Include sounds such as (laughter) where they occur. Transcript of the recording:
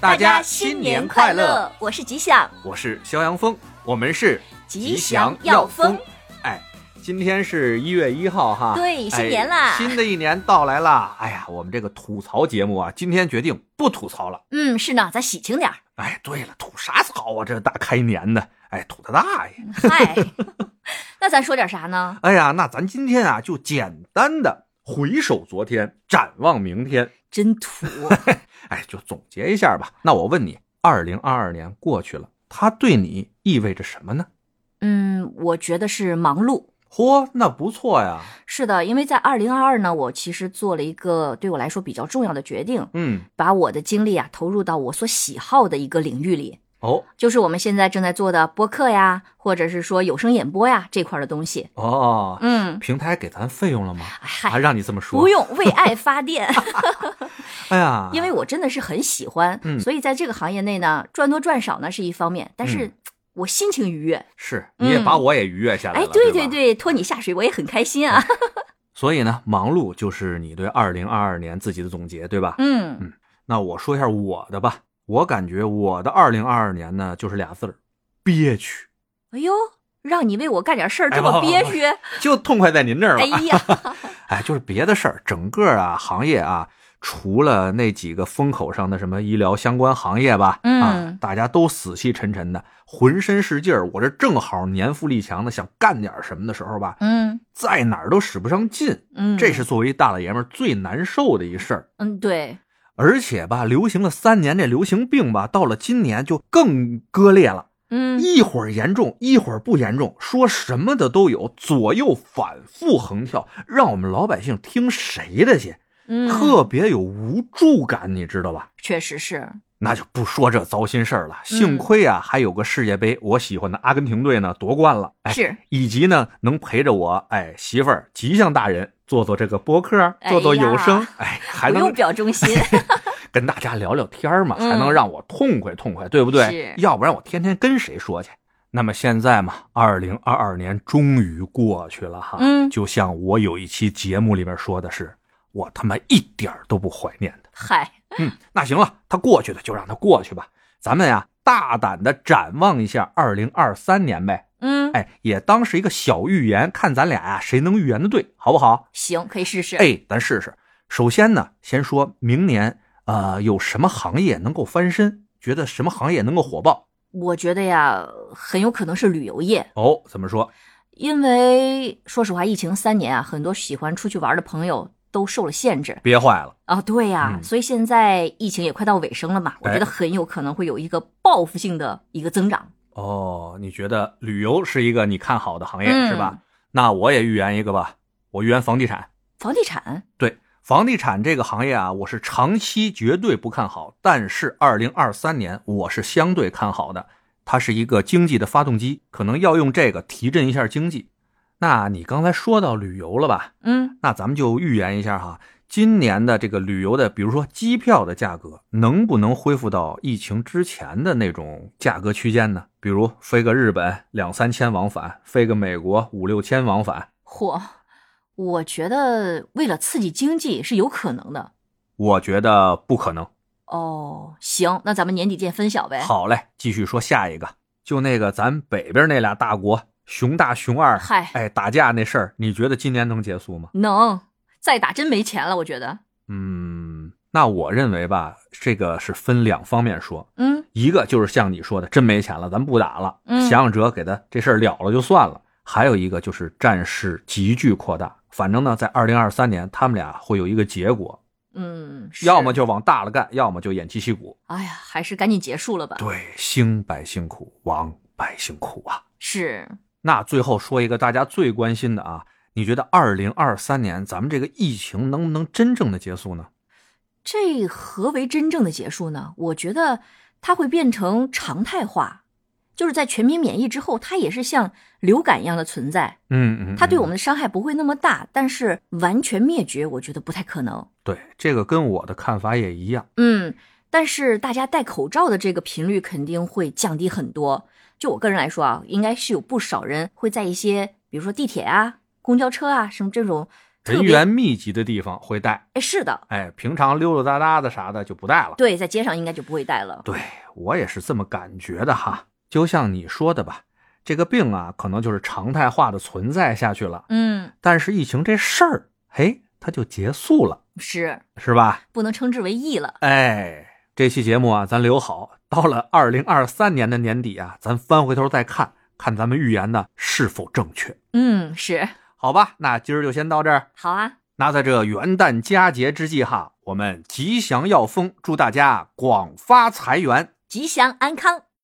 大家新年快乐！！我是吉祥，我是肖阳峰，我们是吉祥耀丰。哎，今天是一月一号哈，对新哎年啦新的一年到来啦。哎呀，我们这个吐槽节目啊，今天决定不吐槽了。嗯，是呢，咱喜庆 (laughs) 点儿。哎，对了，吐啥槽啊？这大开年的，哎，吐他大爷！嗨， (laughs) 那咱说点啥呢？哎呀，那咱今天啊，就简单的回首昨天，展望明天，真土，哎，就总结一下吧。那我问你，二零二二年过去了，它对你意味着什么呢？ (laughs) 嗯，我觉得是忙碌。嚯，那不错呀。是的，因为在二零二二呢，我其实做了一个对我来说比较重要的决定，嗯，把我的精力啊投入到我所喜好的一个领域里，哦就是我们现在正在做的播客呀，或者是说有声演播呀这块儿的东西。哦，嗯，啊平台给咱费用了吗？还嗨，让你这么说？不。用为爱发电。哎呀，因为我真的是很喜欢，嗯所以在这个行业内呢，赚多赚少呢是一方面，但是嗯我心情愉悦，是你也把我也愉悦下嗯来哎了，，对对对吧。对，拖你下水我也很开心 (laughs) 啊，所以呢，忙碌就是你对二零二二年自己的总结，对吧？嗯，那我说一下我的吧，我感觉我的二零二二年呢，就是俩字儿，憋屈，哎呦，让你为我干点事儿哎这不么不憋不屈，就痛快在您这儿了。哎 (laughs) 呀，哎，就是别的事儿，整个啊行业啊，除了那几个风口上的什么医疗相关行业吧，啊嗯，大家都死气沉沉的，浑身是劲儿。我这正好年富力强的，想干点什么的时候吧，嗯在哪儿都使不上劲，嗯，这是作为大老爷们儿最难受的一事儿。嗯对，而且吧，流行了三年，这流行病吧，到了今年就更割裂了，嗯一会儿严重，一会儿不严重，说什么的都有，左右反复横跳，让我们老百姓听谁的去？嗯，特别有无助感，你知道吧？确实是，那就不说这糟心事儿嗯了。幸亏啊，还有个世界杯，我喜欢的阿根廷队呢夺冠了，哎，是以及呢能陪着我，哎，媳妇儿吉祥大人做做这个播客，哎呀做做有声，哎，还不用能表忠 (laughs) 心，跟大家聊聊天儿嘛，嗯还能让我痛快痛快，对不对？是要不然我天天跟谁说去？那么现在嘛，二零二二年终于过去了哈，嗯就像我有一期节目里边说的是，我他妈一点儿都不怀念的。嗨，嗯，那行了，它过去的就让它过去吧。咱们呀，大胆的展望一下二零二三年呗。嗯，哎，也当是一个小预言，看咱俩呀、谁能预言的对，好不好？行，可以试试，哎，咱试试。首先呢，先说明年，呃，有什么行业能够翻身？觉得什么行业能够火爆？我觉得呀，很有可能是旅游业，哦，怎么说？因为说实话，疫情三年啊，很多喜欢出去玩的朋友都受了限制憋坏了。啊。对呀、嗯哎所以现在疫情也快到尾声了嘛，我觉得很有可能会有一个报复性的一个增长。哦，你觉得旅游是一个你看好的行业、嗯是吧？那我也预言一个吧，我预言房地产。房地产，对房地产这个行业啊，我是长期绝对不看好，但是二零二三年我是相对看好的，它是一个经济的发动机，可能要用这个提振一下经济。那你刚才说到旅游了吧？嗯那咱们就预言一下哈，今年的这个旅游的，比如说机票的价格，能不能恢复到疫情之前的那种价格区间呢？比如飞个日本两三千往返，飞个美国五六千往返，嚯，我觉得为了刺激经济是有可能的。我觉得不可能。哦，行，那咱们年底见分晓呗。，好嘞，继续说下一个，就那个咱北边那俩大国，熊大熊二，嗨哎，打架那事儿，你觉得今年能结束吗？能再打真没钱了，我觉得。嗯，那我认为吧，这个是分两方面说，嗯一个就是像你说的，真没钱了，咱不打了，嗯想想辙，给他这事儿了了就算了；还有一个就是战事急剧扩大，反正呢，在二零二三年，他们俩会有一个结果，嗯，是要么就往大了干，要么就偃旗息鼓。哎呀，还是赶紧结束了吧。对，兴百姓苦，亡百姓苦啊。是，那最后说一个大家最关心的啊，你觉得二零二三年咱们这个疫情能不能真正的结束呢？这何为真正的结束呢？我觉得它会变成常态化，就是在全民免疫之后，它也是像流感一样的存在。嗯嗯，它对嗯我们的伤害不会那么大，但是完全灭绝，我觉得不太可能。对这个跟我的看法也一样。嗯，但是大家戴口罩的这个频率肯定会降低很多。就我个人来说啊，应该是有不少人会在一些，比如说地铁啊、公交车啊，什么这种人员密集的地方会戴，哎，是的，哎，平常溜溜达达的啥的就不戴了。对，在街上应该就不会戴了。对我也是这么感觉的哈，就像你说的吧，这个病啊，可能就是常态化的存在下去了。嗯，但是疫情这事儿，嘿，它就结束了，是是吧？不能称之为疫了。哎，这期节目啊，咱留好，到了二零二三年的年底啊，咱翻回头再看看咱们预言呢是否正确，嗯，是好吧？那今儿就先到这儿。好啊，那在这元旦佳节之际哈，我们吉祥耀丰，祝大家广发财源。吉祥安康。